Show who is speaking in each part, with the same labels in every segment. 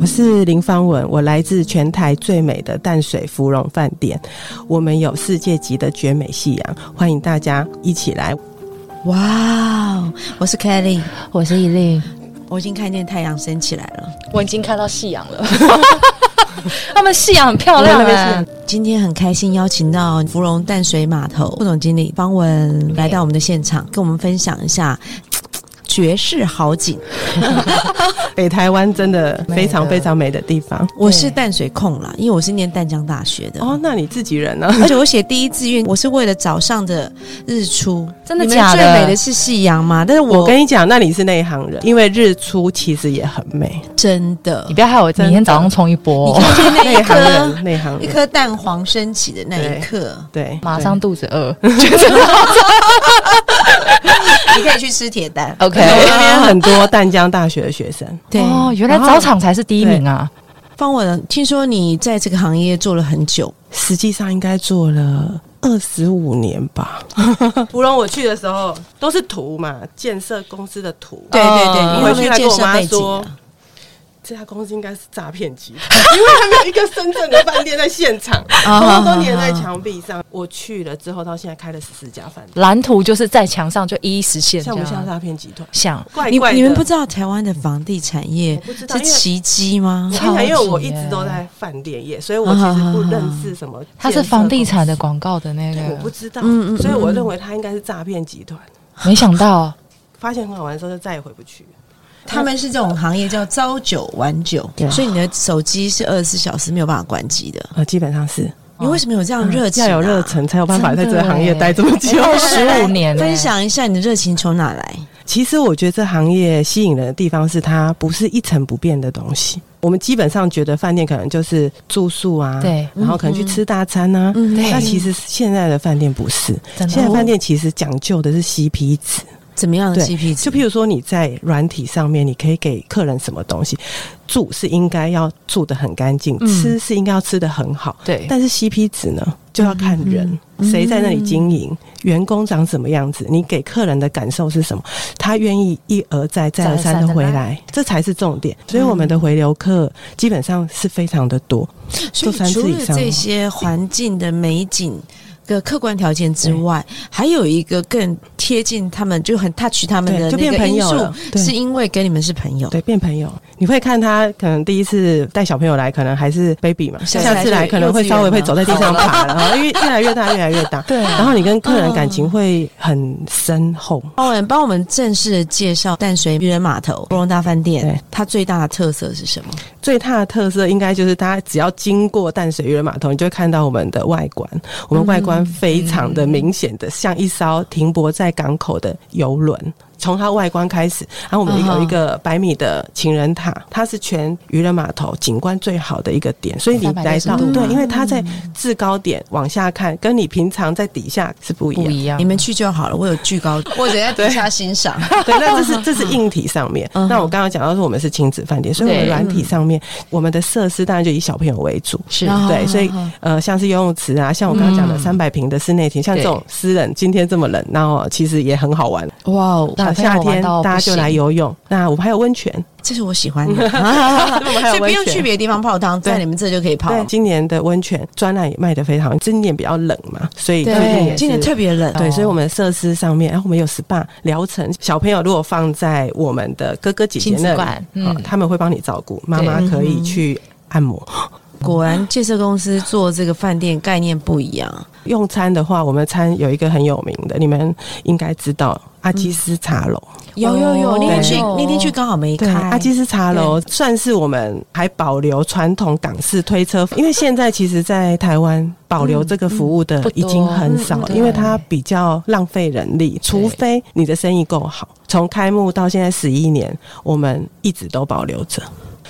Speaker 1: 我是林芳文，我来自全台最美的淡水芙蓉饭店，我们有世界级的绝美夕阳，欢迎大家一起来。
Speaker 2: 哇哦，我是 Kelly，
Speaker 3: 我是依令，
Speaker 2: 我已经看见太阳升起来了。
Speaker 4: 我已经看到夕阳了， 他们夕阳很漂亮、欸。
Speaker 2: 今天很开心邀请到芙蓉淡水码头副总经理方文来到我们的现
Speaker 4: 嗯
Speaker 2: 场，跟我们分享一下绝世好景。
Speaker 1: 北台湾真的非常非常美的地方。
Speaker 2: 我是淡水控啦，因为我是念淡江大学的，
Speaker 1: 哦，那你自己人呢、
Speaker 2: 而且我写第一志愿，我是为了早上的日出。
Speaker 3: 真的
Speaker 2: 你们
Speaker 3: 假的
Speaker 2: 最美的是夕阳嘛？但是我
Speaker 1: 我跟你讲，那你是内行人，因为日出其实也很美。
Speaker 2: 真的
Speaker 3: 你不要害我，明天早上冲一波、哦，
Speaker 2: 看见那
Speaker 1: 内
Speaker 2: 一
Speaker 1: 行
Speaker 2: 颗
Speaker 1: 人，内行
Speaker 2: 一
Speaker 1: 人，
Speaker 2: 颗蛋黄升起的那一
Speaker 1: 对
Speaker 2: 刻，
Speaker 1: 对，
Speaker 3: 马上肚子饿。
Speaker 2: 你可以去吃铁 蛋。
Speaker 3: OK，
Speaker 1: 对。我那边很多淡江大学的学生，
Speaker 2: 对，
Speaker 3: 哦，原来早场才是第一名啊！
Speaker 2: 方文，听说你在这个行业做了很久，
Speaker 1: 实际上应该做了二十五年吧。 芙蓉我去的时候都是图嘛，建设公司的图。
Speaker 2: 对对对，
Speaker 3: 嗯
Speaker 2: 因
Speaker 1: 我
Speaker 2: 为
Speaker 1: 回
Speaker 2: 他们
Speaker 1: 去还跟
Speaker 2: 建
Speaker 1: 我
Speaker 2: 设
Speaker 1: 妈
Speaker 2: 背景
Speaker 1: 说
Speaker 2: 啊，
Speaker 1: 这家公司应该是诈骗集团，因 为他们有一个深圳的饭店在现场，然后都粘在墙壁上。我去了之后，到现在开了十四家饭店，
Speaker 4: 蓝图就是在墙上就一一实现，
Speaker 1: 像不
Speaker 4: 这样
Speaker 1: 像诈骗集团？
Speaker 4: 像
Speaker 1: 怪
Speaker 2: 你
Speaker 1: 怪的。
Speaker 2: 你们不知道台湾的房地产业
Speaker 1: 我不知道
Speaker 2: 是
Speaker 1: 因为
Speaker 2: 奇迹吗
Speaker 1: 我？跟你讲，因为我
Speaker 3: 超级
Speaker 1: 一直
Speaker 3: 耶
Speaker 1: 都在饭店业，所以我其实不认识什么。
Speaker 3: 它是房地产的，广告的那
Speaker 1: 对我不
Speaker 3: 个，
Speaker 1: 知道，
Speaker 2: 嗯嗯嗯
Speaker 1: 所以我认为它应该是诈骗集团。
Speaker 3: 没想到
Speaker 1: 发现很好玩的时候，就再也回不去。
Speaker 2: 他们是这种行业叫朝九晚九，所以你的手机是二十四小时没有办法关机的。
Speaker 1: 呃，基本上是
Speaker 2: 你为什么有这样热情、
Speaker 1: 嗯要
Speaker 2: 啊？
Speaker 1: 有热忱，才有办法在这个
Speaker 3: 真的
Speaker 1: 行业
Speaker 3: 耶
Speaker 1: 待这么久。
Speaker 3: 二十五年、欸，
Speaker 2: 分享一下你的热情从哪来？
Speaker 1: 其实我觉得这行业吸引人的地方是它不是一成不变的东西。我们基本上觉得饭店可能就是住宿啊，，
Speaker 3: 对，嗯
Speaker 1: 然后可能去吃大餐啊。
Speaker 2: 嗯，
Speaker 3: 对
Speaker 1: 那其实现在的饭店不是，
Speaker 3: 真
Speaker 1: 现在
Speaker 3: 的
Speaker 1: 饭店其实讲究的是 CP 值。
Speaker 2: 怎么样的
Speaker 1: 对
Speaker 2: CP 值？
Speaker 1: 就譬如说你在软体上面，你可以给客人什么东西，住是应该要住的很干净，
Speaker 3: 嗯
Speaker 1: 吃是应该要吃的很好，
Speaker 3: 对
Speaker 1: 但是 CP 值呢，就要看人，谁、在那里经营，员工长什么样子，你给客人的感受是什么，他愿意一而再、再而三的回
Speaker 3: 再而
Speaker 1: 来，嗯这才是重点。所以我们的回流客基本上是非常的多，
Speaker 2: 所
Speaker 1: 做三
Speaker 2: 以
Speaker 1: 次
Speaker 2: 除
Speaker 1: 以
Speaker 2: 了
Speaker 1: 上
Speaker 2: 这
Speaker 1: 哦
Speaker 2: 些环境的美景的客观条件之外，还有一个更贴近他们，就很 touch 他们
Speaker 1: 对，
Speaker 2: 的
Speaker 1: 就变
Speaker 2: 那个
Speaker 1: 朋
Speaker 2: 因
Speaker 1: 友
Speaker 2: 素
Speaker 1: 了，，对
Speaker 2: 是因为跟你们是朋友。
Speaker 1: 对，变朋友，你会看他可能第一次带小朋友来，可能还是 baby 嘛，
Speaker 2: 下
Speaker 1: 下
Speaker 2: 次
Speaker 1: 次来可能会稍微会走在地上爬了，然哦后越越来越大，越来越 大。
Speaker 3: 对
Speaker 1: 然后你跟客人感情会很深厚，
Speaker 2: 包文帮我们正式的介绍淡水渔人码头芙蓉大饭
Speaker 1: 对
Speaker 2: 店，它最大的特色是什么？
Speaker 1: 最大的特色应该就是大家只要经过淡水渔人码头，你就会看到我们的外观。我们外观非常的明显的，像一艘停泊在港口的游轮。从它外观开始，然后我们
Speaker 2: 嗯哼
Speaker 1: 有一个百米的情人塔，它是全渔人码头景观最好的一个点，所以你
Speaker 3: 360
Speaker 1: 来到
Speaker 3: 度
Speaker 1: 对，
Speaker 3: 嘛
Speaker 1: 因为它在制高点往下看，跟你平常在底下是不一
Speaker 3: 不
Speaker 1: 样。
Speaker 3: 一样
Speaker 2: 你。们去就好了，我有巨高， 我只在底下欣赏。
Speaker 1: 对，那这是这是硬体上面。
Speaker 2: 嗯哼
Speaker 1: 那我刚刚讲到说我们是亲子饭店，所以我们
Speaker 3: 对
Speaker 1: 软体上面，我们的设施当然就以小朋友为主。
Speaker 3: 是
Speaker 2: 然后
Speaker 1: 对，所以
Speaker 2: 啊
Speaker 1: 呃，像是游泳池啊，像我刚刚讲的
Speaker 3: 嗯
Speaker 1: 三百平的室内庭，像这种私人，今天这么冷，然后其实也很好玩。
Speaker 2: 哇哦，
Speaker 3: 大朋友
Speaker 1: 夏
Speaker 3: 玩
Speaker 1: 天
Speaker 3: 到
Speaker 1: 大
Speaker 3: 不
Speaker 1: 家
Speaker 3: 行
Speaker 1: 就来游泳，那我们还有温泉，
Speaker 2: 这是我喜欢 的，
Speaker 1: 我们还
Speaker 2: 所以
Speaker 1: 有
Speaker 2: 不
Speaker 1: 温
Speaker 2: 用去
Speaker 1: 泉。
Speaker 2: 别的地方泡汤，在
Speaker 1: 对
Speaker 2: 你们这就可以泡
Speaker 1: 对，。今年的温泉专栏也卖的非常好，今年比较冷嘛，所以最近
Speaker 2: 对，
Speaker 1: 也
Speaker 2: 今年
Speaker 1: 是
Speaker 2: 特别
Speaker 3: 哦
Speaker 2: 冷，
Speaker 1: 对，所以我们设施上面，然哎后我们有 SPA 疗程，小朋友如果放在我们的哥哥姐姐
Speaker 3: 亲子
Speaker 1: 那里
Speaker 3: 馆，
Speaker 1: 嗯
Speaker 3: 嗯，
Speaker 1: 他们会帮你照顾，妈妈
Speaker 2: 对
Speaker 1: 可以去按摩。
Speaker 2: 果然建设公司做这个饭店概念不一样。
Speaker 1: 用餐的话，我们餐有一个很有名的，你们应该知道阿基斯茶楼。
Speaker 2: 有有有，
Speaker 3: 哦
Speaker 2: 那天去
Speaker 3: 对
Speaker 2: 那天去刚好没
Speaker 1: 对，啊
Speaker 2: 开，
Speaker 1: 阿基斯茶楼算是我们还保留传统港式推车，因为现在其实，在台湾保留这个服务的
Speaker 3: 不
Speaker 1: 已
Speaker 3: 多
Speaker 1: 经很少，
Speaker 3: 嗯嗯
Speaker 1: 因为
Speaker 3: 对
Speaker 1: 它比较浪费人力，除非你的生意够好。从开幕到现在十一年，我们一直都保留着。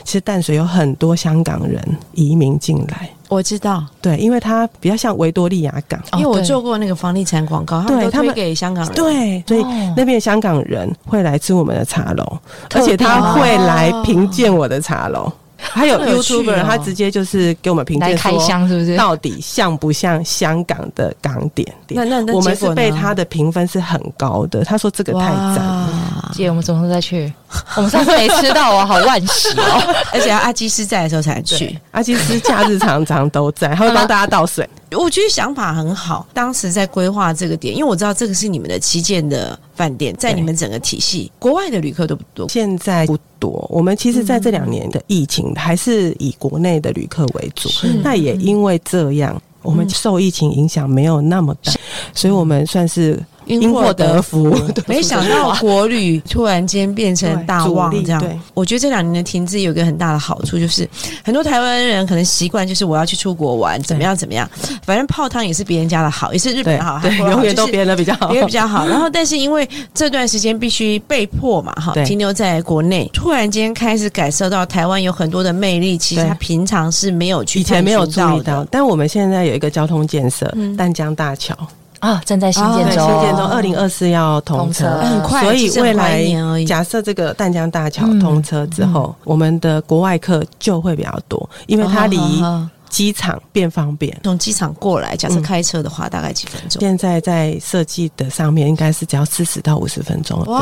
Speaker 1: 其实淡水有很多香港人移民进来，
Speaker 2: 我知道，
Speaker 1: 对，因为它比较像维多利亚港。
Speaker 2: 因为我
Speaker 4: 对
Speaker 2: 做过那个房地产广告，他们
Speaker 1: 对
Speaker 2: 都
Speaker 1: 他
Speaker 2: 推
Speaker 1: 们
Speaker 2: 给香港人。
Speaker 1: 对，所以
Speaker 3: 哦
Speaker 1: 那边的香港人会来吃我们的茶楼，
Speaker 4: 特
Speaker 1: 而且
Speaker 4: 地
Speaker 1: 他
Speaker 4: 吗
Speaker 1: 会来评鉴我的茶楼。还有
Speaker 2: 哦这么有趣
Speaker 1: YouTuber，、
Speaker 2: 哦
Speaker 1: 他直接就是给我们评
Speaker 4: 来
Speaker 1: 鉴
Speaker 4: 开
Speaker 1: 说
Speaker 4: 箱是不是？
Speaker 1: 到底像不像香港的港点
Speaker 2: 那
Speaker 1: 店。
Speaker 2: 那那
Speaker 1: 我们
Speaker 2: 结果呢
Speaker 1: 是被他的评分是很高的，他说这个太赞了。
Speaker 2: 哇
Speaker 4: 姐，我们什么时候再 去？我们上次没吃到啊，好惋惜哦。
Speaker 2: 而且阿基师在的时候才去。
Speaker 1: 阿基斯啊假日常常都在，他会
Speaker 2: 嗯
Speaker 1: 帮大家倒水。
Speaker 2: 我觉得想法很好，当时在规划这个点，因为我知道这个是你们的旗舰的饭店，在
Speaker 1: 对
Speaker 2: 你们整个体系，国外的旅客都不多。
Speaker 1: 现在不多，我们其实在这两
Speaker 2: 嗯
Speaker 1: 年的疫情，还是以国内的旅客为主。
Speaker 2: 嗯
Speaker 1: 那也因为这样，我们受疫情影响没有那么大，所以我们算是因祸得福。 对
Speaker 2: 没想到国旅突然间变成大旺
Speaker 1: 对主力
Speaker 2: 这样
Speaker 1: 对，
Speaker 2: 我觉得这两年的停滞有一个很大的好处，就是很多台湾人可能习惯就是我要去出国玩，怎么样怎么样，反正泡汤也是别人家的好，也是日本
Speaker 1: 对
Speaker 2: 的好，韩
Speaker 1: 对，
Speaker 2: 国的好
Speaker 1: 永远都
Speaker 2: 就是
Speaker 1: 别人的比较好
Speaker 2: 别。人比较好。然后， 但是因为这段时间必须被迫嘛，哈，
Speaker 1: 对
Speaker 2: 停留在国内，突然间开始感受到台湾有很多的魅力，其实
Speaker 1: 对
Speaker 2: 他平常是没有去
Speaker 1: 以前没有注
Speaker 2: 探
Speaker 1: 意
Speaker 2: 寻到
Speaker 1: 到
Speaker 2: 的，。
Speaker 1: 但我们现在有一个交通建设，
Speaker 2: 嗯
Speaker 1: 淡江大桥，
Speaker 3: 啊，正在新建
Speaker 2: 对
Speaker 1: 对，
Speaker 3: 中，
Speaker 1: 哦新建中，二零二四要通
Speaker 3: 通车
Speaker 1: 车，
Speaker 3: 很
Speaker 2: 快
Speaker 1: 所以
Speaker 2: 其实呃很
Speaker 1: 未
Speaker 2: 快
Speaker 1: 来
Speaker 2: 一年而已嗯
Speaker 1: 假设这个淡江大桥
Speaker 3: 嗯
Speaker 1: 通车之后，我们的国外客就会比较多，因为它离
Speaker 2: 哦
Speaker 1: 机场变方便。
Speaker 2: 从机场过来，假设
Speaker 1: 嗯
Speaker 2: 开车的话，大概几分钟？
Speaker 1: 现在在设计的上面应该是只要四十到五十分钟了，
Speaker 2: 哇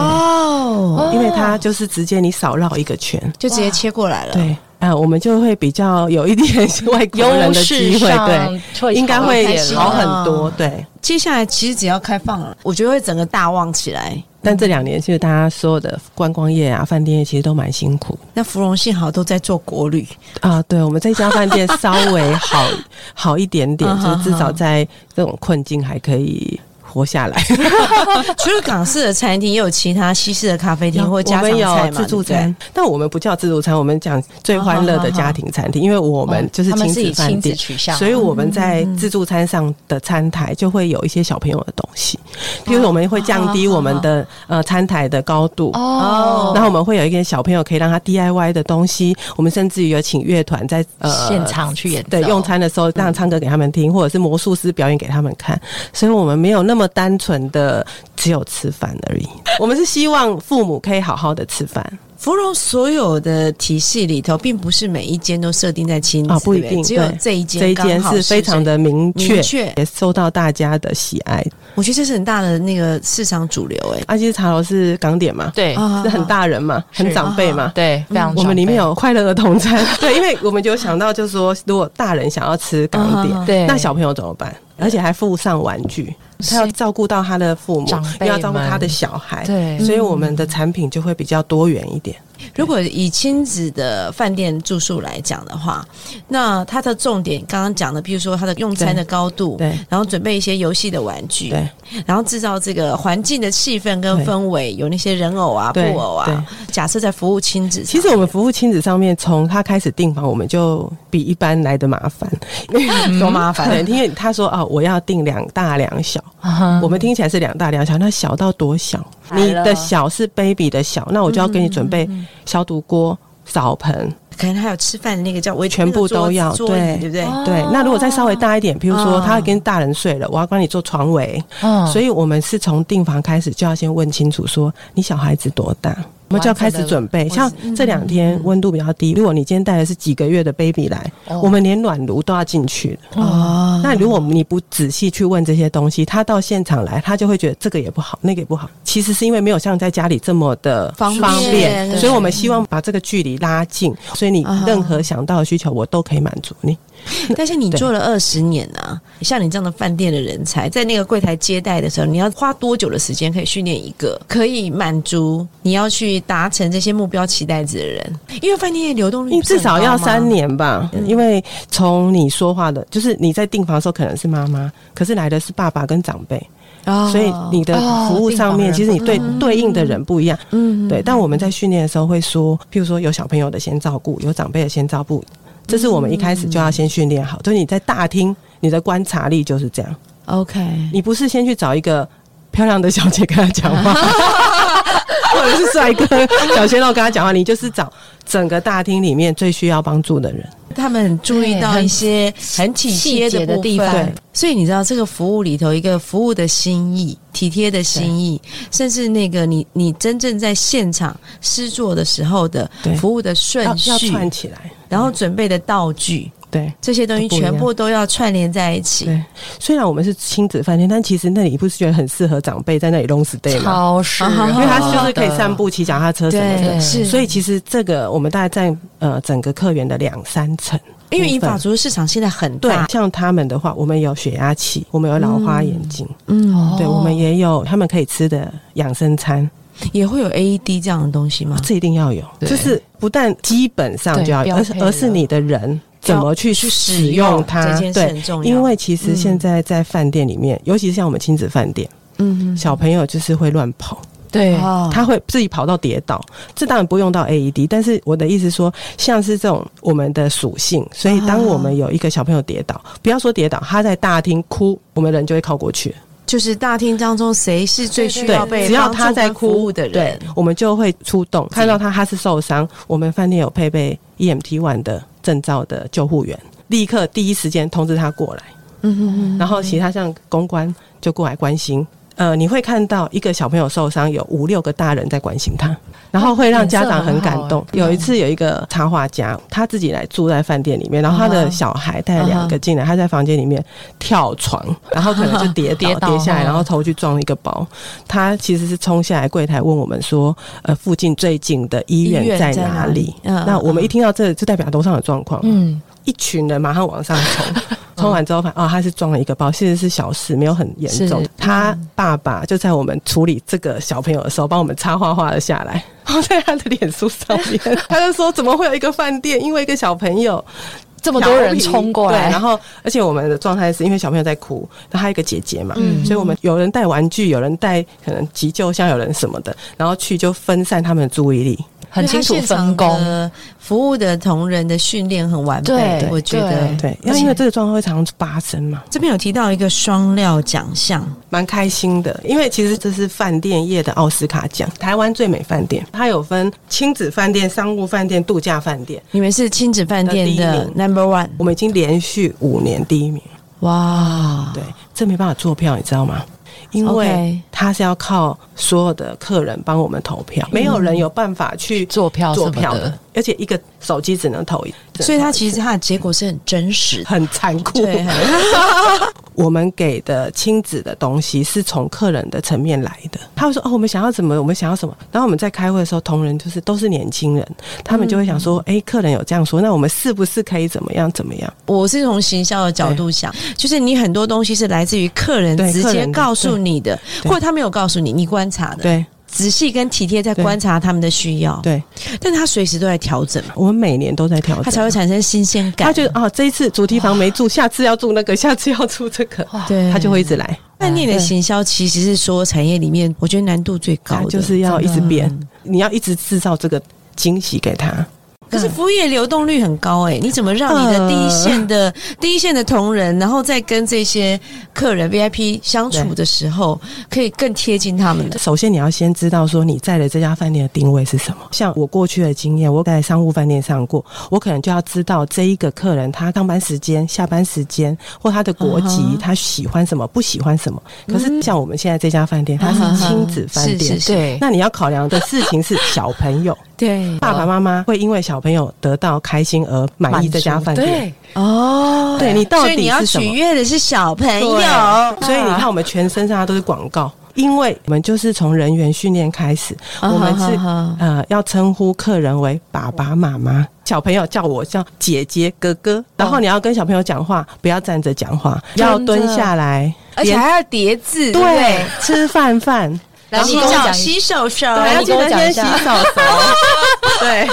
Speaker 2: 哦，
Speaker 1: 对，因为它就是直接你少绕一个圈，
Speaker 2: 就直接切过来了。
Speaker 1: 对。啊，我们就会比较有一点外国人
Speaker 4: 优
Speaker 1: 的
Speaker 4: 势
Speaker 1: 机会，
Speaker 4: 上
Speaker 1: 对，
Speaker 4: 会
Speaker 1: 应该
Speaker 4: 好一
Speaker 1: 会啊
Speaker 4: 点
Speaker 1: 好
Speaker 4: 了
Speaker 1: 很多，对。
Speaker 2: 接下来其实只要开放了，我觉得会整个大旺起来。
Speaker 1: 但这两年其实大家所有的观光业啊、饭店业其实都蛮辛苦
Speaker 2: 那芙蓉幸好都在做国 旅，
Speaker 1: 啊。对，我们这家饭店稍微好好一点点
Speaker 2: 嗯，
Speaker 1: 就
Speaker 2: 哼
Speaker 1: 是至少在这种困境还可以活下来。
Speaker 2: 除了港式的餐厅，也有其他西式的咖啡厅或
Speaker 1: 我
Speaker 2: 家
Speaker 1: 们
Speaker 2: 常菜嘛，
Speaker 1: 有自
Speaker 2: 对不
Speaker 1: 助
Speaker 2: 对
Speaker 1: 餐，但我们不叫自助餐，我们讲最欢乐的家庭餐厅，因为我哦们就是
Speaker 4: 哦他们
Speaker 1: 亲
Speaker 4: 是以
Speaker 1: 子
Speaker 4: 亲
Speaker 1: 饭
Speaker 4: 子
Speaker 1: 店。
Speaker 4: 取
Speaker 3: 啊
Speaker 4: 向，
Speaker 1: 所以我们在自助餐上的餐台就会有一些小朋友的东西，比如我们会降低我们的呃餐台的高度，
Speaker 4: 哦，
Speaker 1: 然后我们会有一个小朋友可以让他 DIY 的东西，我们甚至于有请乐团在呃
Speaker 3: 现场去演奏
Speaker 1: 对用餐的时候让唱歌给他们听，或者是魔术师表演给他们看，所以我们没有那么单纯的只有吃饭而已，我们是希望父母可以好好的吃饭
Speaker 2: 芙蓉所有的体系里头，并不是每一间都设定在亲子，
Speaker 1: 啊，不一
Speaker 2: 对对
Speaker 1: 定
Speaker 2: 只有
Speaker 1: 对
Speaker 2: 这一间
Speaker 1: 这一
Speaker 2: 刚
Speaker 1: 间
Speaker 2: 好
Speaker 1: 是非常的明确，
Speaker 2: 明确
Speaker 1: 也受到大家的喜爱。
Speaker 2: 我觉得这是很大的那个市场主流、哎
Speaker 1: 阿基茶楼是港点嘛，
Speaker 4: 对
Speaker 2: 啊
Speaker 1: 是很大人嘛，很
Speaker 4: 是
Speaker 1: 长辈
Speaker 3: 啊
Speaker 1: 嘛，
Speaker 4: 对，非常
Speaker 1: 哦嗯我
Speaker 4: 长
Speaker 1: 们里
Speaker 4: 辈
Speaker 1: 面有快乐儿童餐， 对，因为我们就想到就是说，如果大人想要吃港
Speaker 2: 嗯
Speaker 3: 啊
Speaker 1: 点，
Speaker 4: 对
Speaker 1: 那小朋友怎么办？而且还附上玩具，他要照顾到他的父母
Speaker 3: 长，辈
Speaker 1: 又要照顾
Speaker 3: 们
Speaker 1: 他的小孩，
Speaker 3: 对
Speaker 1: 所以我们的产品就会比较多元一点。
Speaker 2: 如果以亲子的饭店住宿来讲的话，那它的重点刚刚讲的，比如说它的用餐的高
Speaker 3: 嗯
Speaker 2: 度，
Speaker 1: 对
Speaker 2: 然后准备一些游戏的玩具，
Speaker 1: 对，
Speaker 2: 然后制造这个环境的气氛跟
Speaker 1: 对
Speaker 2: 氛围，有那些人偶啊、布
Speaker 1: 对
Speaker 2: 偶啊。假设在服务亲子上，
Speaker 1: 其实我们服务亲子上面，从他开始订房，我们就比一般来的麻 烦，
Speaker 3: 嗯
Speaker 1: 多麻烦。对，因为他说啊，我要订两大两小，
Speaker 4: 啊
Speaker 3: 嗯
Speaker 1: 我们听起来是两大两小，那小到多小？
Speaker 4: 来了
Speaker 1: 你的小是 baby 的小，那我就要给你准备消毒锅、澡盆。
Speaker 2: 可能还有吃饭的那个叫围，
Speaker 1: 全部都要
Speaker 2: 那个桌子桌椅对
Speaker 1: 对
Speaker 2: 不对？
Speaker 1: 对，那如果再稍微大一点，比如说
Speaker 2: 哦
Speaker 1: 他跟大人睡了，我要帮你做床围，
Speaker 3: 嗯
Speaker 1: 所以我们是从订房开始就要先问清楚说你小孩子多大。我们就要开始准备，像这两天温度比较低。如果你今天带的是几个月的 baby 来，
Speaker 3: 哦
Speaker 1: 我
Speaker 4: 哦
Speaker 1: 们连暖炉都要进去的。
Speaker 2: 哦，
Speaker 1: 那如果你不仔细去问这些东西，他到现场来，他就会觉得这个也不好，那个也不好。其实是因为没有像在家里这么的
Speaker 2: 方便对
Speaker 1: 所以我们希望把这个距离拉近。所以你
Speaker 2: 啊
Speaker 1: 任何想到的需求，我都可以满足你。
Speaker 2: 嗯 但是你
Speaker 1: 对
Speaker 2: 做了二十年啊，像你这样的饭店的人才，在那个柜台接待的时候，你要花多久的时间可以训练一个可以满足你要去达成这些目标期待值的人？因为饭店业流动率
Speaker 1: 你
Speaker 2: 不是
Speaker 1: 至
Speaker 2: 很高吗
Speaker 1: 少要三。年吧，
Speaker 2: 嗯
Speaker 1: 因为从你说话的，就是你在订房的时候可能是妈妈，可是来的是爸爸跟长辈，
Speaker 2: 哦
Speaker 1: 所以你的服务上面，
Speaker 3: 哦
Speaker 1: 其实你对对应的人不一样。
Speaker 2: 嗯
Speaker 1: 对，但我们在训练的时候会说，譬如说有小朋友的先照顾，有长辈的先照顾，这是我们一开始就要先训练好。就是你在大厅，你的观察力就是这样，
Speaker 2: OK，
Speaker 1: 你不是先去找一个漂亮的小姐跟她讲话。 或者是帅哥小鲜肉跟他讲话，你就是找整个大厅里面最需要帮助的人。
Speaker 2: 他们很注意到一些很体贴
Speaker 4: 细节的
Speaker 2: 部分
Speaker 4: 地方
Speaker 1: 对
Speaker 2: 所以你知道这个服务里头一个服务的心意、体贴的心意，甚至那个你你真正在现场施作的时候的
Speaker 1: 对
Speaker 2: 服务的顺
Speaker 1: 要要
Speaker 2: 序，
Speaker 1: 串起来。
Speaker 2: 然后准备的道具，
Speaker 1: 对
Speaker 2: 这些东西
Speaker 1: 嗯都不一样
Speaker 2: 全部都要串联在一起。
Speaker 1: 对，虽然我们是亲子饭店，但其实那里不是觉得很适合长辈在那里 long stay 吗？
Speaker 4: 超适合，
Speaker 2: 因
Speaker 1: 因为他就是可以散步、骑脚踏车什么
Speaker 4: 对
Speaker 1: 的，
Speaker 4: 是
Speaker 1: 所以其实这个我们大概占呃整个客源的两三成。
Speaker 2: 因为银发
Speaker 1: 部分
Speaker 2: 族市场现在很
Speaker 1: 对
Speaker 2: 大，，
Speaker 1: 像他们的话，我们有血压器，我们有老花眼镜，
Speaker 2: 嗯，
Speaker 4: 哦
Speaker 1: 对我们也有他们可以吃的养生餐，
Speaker 2: 也会有 AED 这样的东西吗？
Speaker 1: 这一定要有。
Speaker 4: 对
Speaker 1: 就是不但基本上就要有，
Speaker 4: 对标
Speaker 1: 而是
Speaker 4: 配了
Speaker 1: 而是你的人怎么去
Speaker 2: 去
Speaker 1: 使
Speaker 2: 使用
Speaker 1: 用它
Speaker 2: 这件，事很
Speaker 1: 对
Speaker 2: 重，要
Speaker 1: 因为其实现在在饭店里面，尤其是像我们亲子饭店，
Speaker 2: 嗯，
Speaker 1: 小朋友就是会乱跑。
Speaker 4: 对
Speaker 2: 哦，
Speaker 1: 他会自己跑到跌倒，这当然不用到 AED，但是我的意思说，像是这种我们的属性，所以当我们有一个小朋友跌倒，不要说跌倒，他在大厅哭，我们人就会靠过去，
Speaker 2: 就是大厅当中谁是最需要被
Speaker 1: 对，只要
Speaker 2: 帮助
Speaker 1: 他在
Speaker 2: 跟
Speaker 1: 哭
Speaker 2: 服务的人
Speaker 1: 对，我们就会出动，看到他他是受伤，我们饭店有配备 EMT one 的证照的救护员，立刻第一时间通知他过来，
Speaker 2: 嗯哼哼
Speaker 1: 然后其他像公关就过来关心。呃，你会看到一个小朋友受伤，有五六个大人在关心他，然后会让家长很感动。
Speaker 4: 脸色很好欸
Speaker 1: 有一次有一个插画家，他自己来住在饭店里面，然后他
Speaker 2: 啊哈
Speaker 1: 的小孩带了两个进来，他在房间里面跳床，然后可能就跌倒
Speaker 4: 跌倒
Speaker 1: 跌下来，
Speaker 4: 哦
Speaker 1: 然后头去撞了一个包。他其实是冲下来柜台问我们说，呃，附近最近的医
Speaker 2: 医院
Speaker 1: 院在
Speaker 2: 在哪
Speaker 1: 哪
Speaker 2: 里
Speaker 1: 里？
Speaker 2: 嗯
Speaker 1: 那我
Speaker 2: 嗯
Speaker 1: 们一听到这，就代表楼上有状况。
Speaker 4: 嗯，
Speaker 1: 一群人马上往上 冲，冲完之后发现哦，他是装了一个包，其实是小事，没有很严重
Speaker 4: 是。
Speaker 1: 他爸爸就在我们处理这个小朋友的时候，帮我们插画画了下来， 然后在他的脸书上 面，他就说怎么会有一个饭店因为一个小朋友
Speaker 4: 这
Speaker 1: 这
Speaker 4: 么多人冲过来，
Speaker 1: 然后而且我们的状态是因为小朋友在哭，然后还有一个姐姐嘛，
Speaker 4: 嗯
Speaker 1: 所以我们有人带玩具，有人带可能急救箱，有人什么的，然后去就分散他们的注意力。
Speaker 4: 很清楚分
Speaker 2: 因为他现场
Speaker 4: 工，
Speaker 2: 的服务的同仁的训练很完备
Speaker 4: 对，
Speaker 2: 我觉得
Speaker 4: 对
Speaker 1: 对，因为因为这个状况会常常发生嘛。
Speaker 2: 这边有提到一个双料奖项，
Speaker 1: 蛮开心的，因为其实这是饭店业的奥斯卡奖，台湾最美饭店，它有分亲子饭店、商务饭店、度假饭店。
Speaker 2: 你们是亲子饭店的
Speaker 1: 的第一
Speaker 2: number one，
Speaker 1: 我们已经连续五年第一名，
Speaker 2: 哇，
Speaker 1: 对，这没办法做票，你知道吗？因为
Speaker 2: 哦 OK
Speaker 1: 它是要靠所有的客人帮我们投票，没有人有办法去
Speaker 4: 做票什
Speaker 1: 做
Speaker 4: 么
Speaker 1: 票
Speaker 4: 的
Speaker 1: 的，，而且一个手机只能投一，
Speaker 2: 嗯所以它其实它的结果是很真实的，
Speaker 1: 很残酷。
Speaker 2: 对，很
Speaker 1: 我们给的亲子的东西是从客人的层面来的。他会说：“哦，我们想要怎么？我们想要什么？”然后我们在开会的时候，同仁就是都是年轻人，他们就会想
Speaker 2: 嗯
Speaker 1: 说：“诶，客人有这样说，那我们是不是可以怎么样怎么样
Speaker 2: 我是从行销的角度想，就是你很多东西是来自于客人
Speaker 1: 对
Speaker 2: 直
Speaker 1: 客
Speaker 2: 接
Speaker 1: 人的
Speaker 2: 告诉你的，
Speaker 1: 对
Speaker 2: 或者他没有告诉你，你观察？”的，
Speaker 1: 对
Speaker 2: 仔细跟体贴在
Speaker 1: 对
Speaker 2: 观察他们的需要，
Speaker 1: 对，
Speaker 2: 但他随时都在调整嘛，
Speaker 1: 我们每年都在调
Speaker 2: 他才
Speaker 1: 整。
Speaker 2: 会产生新鲜感。
Speaker 1: 他觉得啊，这一次主题房 没住，下次要住那个，下次要住这个，
Speaker 2: 对
Speaker 1: 他就会一直来。
Speaker 2: 饭店的行销其实是说产业里面，我觉得难度最高
Speaker 1: 他
Speaker 2: 的，
Speaker 1: 就是要一直
Speaker 2: 真的
Speaker 1: 变，你要一直制造这个惊喜给他。
Speaker 2: 可是服务业流动率很高哎、你怎么让你的
Speaker 1: 呃
Speaker 2: 第一线的、第一线的同仁，然后再跟这些客人 VIP 相处的时候，可以更贴近他们的？
Speaker 1: 首先，你要先知道说你在的这家饭店的定位是什么。像我过去的经验，我在商务饭店上过，我可能就要知道这一个客人他上班时间、下班时间或他的国籍
Speaker 2: 嗯哼
Speaker 1: 他喜欢什么、不喜欢什么。
Speaker 2: 嗯
Speaker 1: 可是像我们现在这家饭店，它是亲子饭店，
Speaker 2: 啊是是哦是
Speaker 4: 对，
Speaker 1: 那你要考量的事情是小 朋友，
Speaker 2: 对
Speaker 1: 爸爸妈妈会因为小朋友得到开心而满意这家饭店。
Speaker 4: 对，
Speaker 2: 哦，
Speaker 1: 对你到
Speaker 2: 所
Speaker 1: 底
Speaker 2: 以你要
Speaker 1: 是什么
Speaker 2: 取悦的是小朋友，
Speaker 1: 对所以你看，我们全身上下都是广告，因为我们就是从人员训练开始，
Speaker 2: 啊
Speaker 1: 我们
Speaker 2: 哈哈
Speaker 1: 是
Speaker 2: 哈
Speaker 1: 呃要称呼客人为爸爸妈妈，小朋友叫我叫姐姐哥哥，然后你要跟小朋友讲话，不要站着讲话，
Speaker 4: 哦真的
Speaker 1: 要蹲下来，
Speaker 2: 而且
Speaker 1: 连
Speaker 2: 还要叠字，对不
Speaker 1: 对
Speaker 2: 对，
Speaker 1: 吃饭 饭。
Speaker 4: 来你
Speaker 2: 洗
Speaker 4: 跟我
Speaker 2: 脚、
Speaker 4: 讲一
Speaker 2: 洗手手，
Speaker 1: 还
Speaker 4: 来
Speaker 1: 要
Speaker 4: 你
Speaker 1: 记
Speaker 4: 跟我
Speaker 1: 得
Speaker 4: 讲一
Speaker 1: 先洗
Speaker 4: 下
Speaker 1: 手手。对，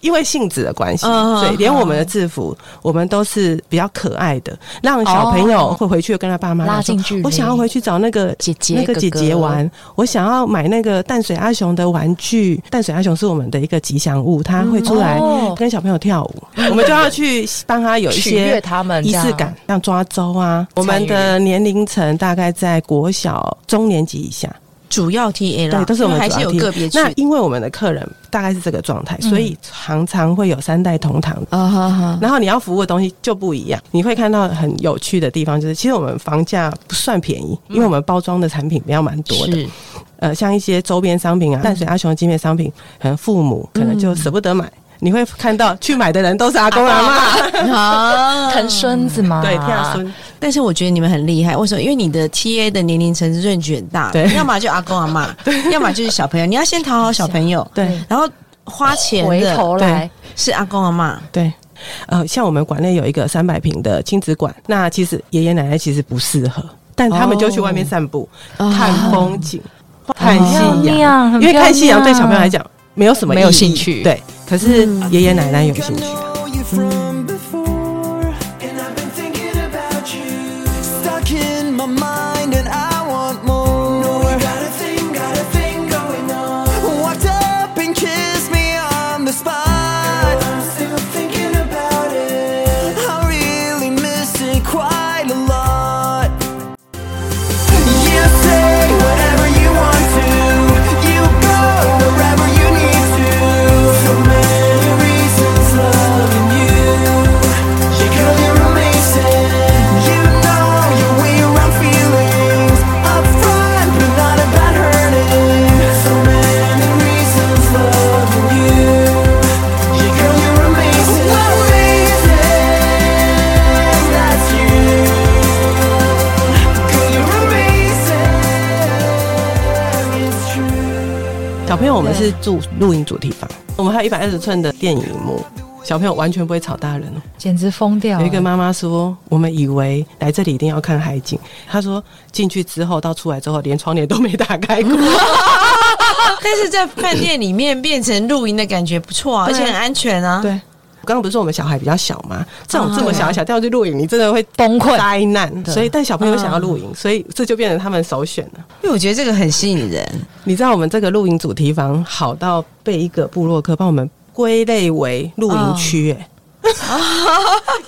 Speaker 1: 因为性质的关系，
Speaker 2: 嗯
Speaker 1: 所以连我们的制服，我们都是比较可爱的，让小朋友会回去跟他爸妈
Speaker 4: 哦拉
Speaker 1: 说
Speaker 4: 近距离
Speaker 1: 我想要回去找那个
Speaker 4: 姐姐
Speaker 1: 那个姐
Speaker 4: 哥
Speaker 1: 姐
Speaker 4: 哥
Speaker 1: 玩，我想要买那个淡水阿雄的玩具。淡水阿雄是我们的一个吉祥物，他会出来
Speaker 3: 嗯
Speaker 4: 哦
Speaker 1: 跟小朋友跳舞，我们就要去帮他有一
Speaker 4: 取悦
Speaker 1: 些
Speaker 4: 他们
Speaker 1: 仪
Speaker 4: 这样
Speaker 1: 式感，像抓周啊。我
Speaker 4: 参与
Speaker 1: 们的年龄层大概在国小中年级以下。
Speaker 2: 主要 TA 啦，
Speaker 1: 对，都是我们
Speaker 2: 因为还是有
Speaker 1: 主要 T A
Speaker 2: 个别去
Speaker 1: 那因为我们的客人大概是这个状态，所以常常会有三代同堂。
Speaker 2: 啊哈 哈，
Speaker 1: 然后你要服务的东西就不一样，你会看到很有趣的地方，就是其实我们房价不算便宜，因为我们包装的产品比较蛮多的，
Speaker 2: 是
Speaker 1: 呃，像一些周边商
Speaker 3: 嗯
Speaker 1: 品啊，淡水阿雄的纪念商品，可能父母可能就舍不得买，你会看到去买的人都是阿公阿妈，
Speaker 2: 啊，
Speaker 3: 疼孙子嘛，
Speaker 1: 嗯对，跳孙，
Speaker 2: 但是我觉得你们很厉害，为什么？因为你的 TA 的年龄层次range 很大，
Speaker 1: 对
Speaker 2: 要么就阿公阿妈，要么就是小朋友。你要先讨好小朋友，
Speaker 1: 对
Speaker 2: 然后花钱
Speaker 4: 回
Speaker 2: 的
Speaker 4: 头来，
Speaker 2: 是阿公阿妈，
Speaker 1: 对。呃，像我们馆内有一个三百平的亲子馆，那其实爷爷奶奶其实不适合，但他们就去外面散步、看风景、看
Speaker 3: 很
Speaker 1: 夕
Speaker 3: 哦漂
Speaker 1: 阳，
Speaker 3: 亮，很
Speaker 1: 因为看
Speaker 3: 漂
Speaker 1: 夕阳对
Speaker 3: 亮
Speaker 1: 小朋友来讲没有什么
Speaker 3: 没有
Speaker 1: 意义
Speaker 3: 兴趣
Speaker 1: 对，可是
Speaker 2: 嗯
Speaker 1: 爷爷奶奶有兴趣。
Speaker 5: know you from before, and I've been thinking about you. Stuck in my mind, and I want more. No, we got a thing, got a thing going on. Walked up and kissed me on the spot. I'm still thinking about it. I really miss it quite a lot. You say whatever you want to. You go wherever you need to. So many reasons loving you. You're you're amazing. You know your way around feelings. Up front, but not about hurting. So many reasons loving you. Your girl, you're amazing. Amazing, that's you. Girl, you're amazing. It's true.
Speaker 1: 小朋友，我们是住露营主题房，我们还有一百二十寸的电影荧幕，小朋友完全不会吵大人哦。
Speaker 3: 简直疯掉了。
Speaker 1: 有一
Speaker 2: 嗯
Speaker 1: 个妈妈说，我们以为来这里一定要看海景，她说进去之后到出来之后，连窗帘都没打开过。
Speaker 2: 但是在饭店里面变成露营的感觉不错啊，而且很安全啊。
Speaker 1: 对，我刚刚不是说我们小孩比较小吗？这种
Speaker 2: 啊
Speaker 1: 这么小的小掉去露营，你真的会
Speaker 3: 崩溃
Speaker 1: 灾难。所以，但小
Speaker 2: 嗯
Speaker 1: 朋友想要露营，所以这就变成他们首选了。
Speaker 2: 因为我觉得这个很吸引人，
Speaker 1: 你知道我们这个露营主题房好到被一个部落客帮我们归类为露营区、欸，哎、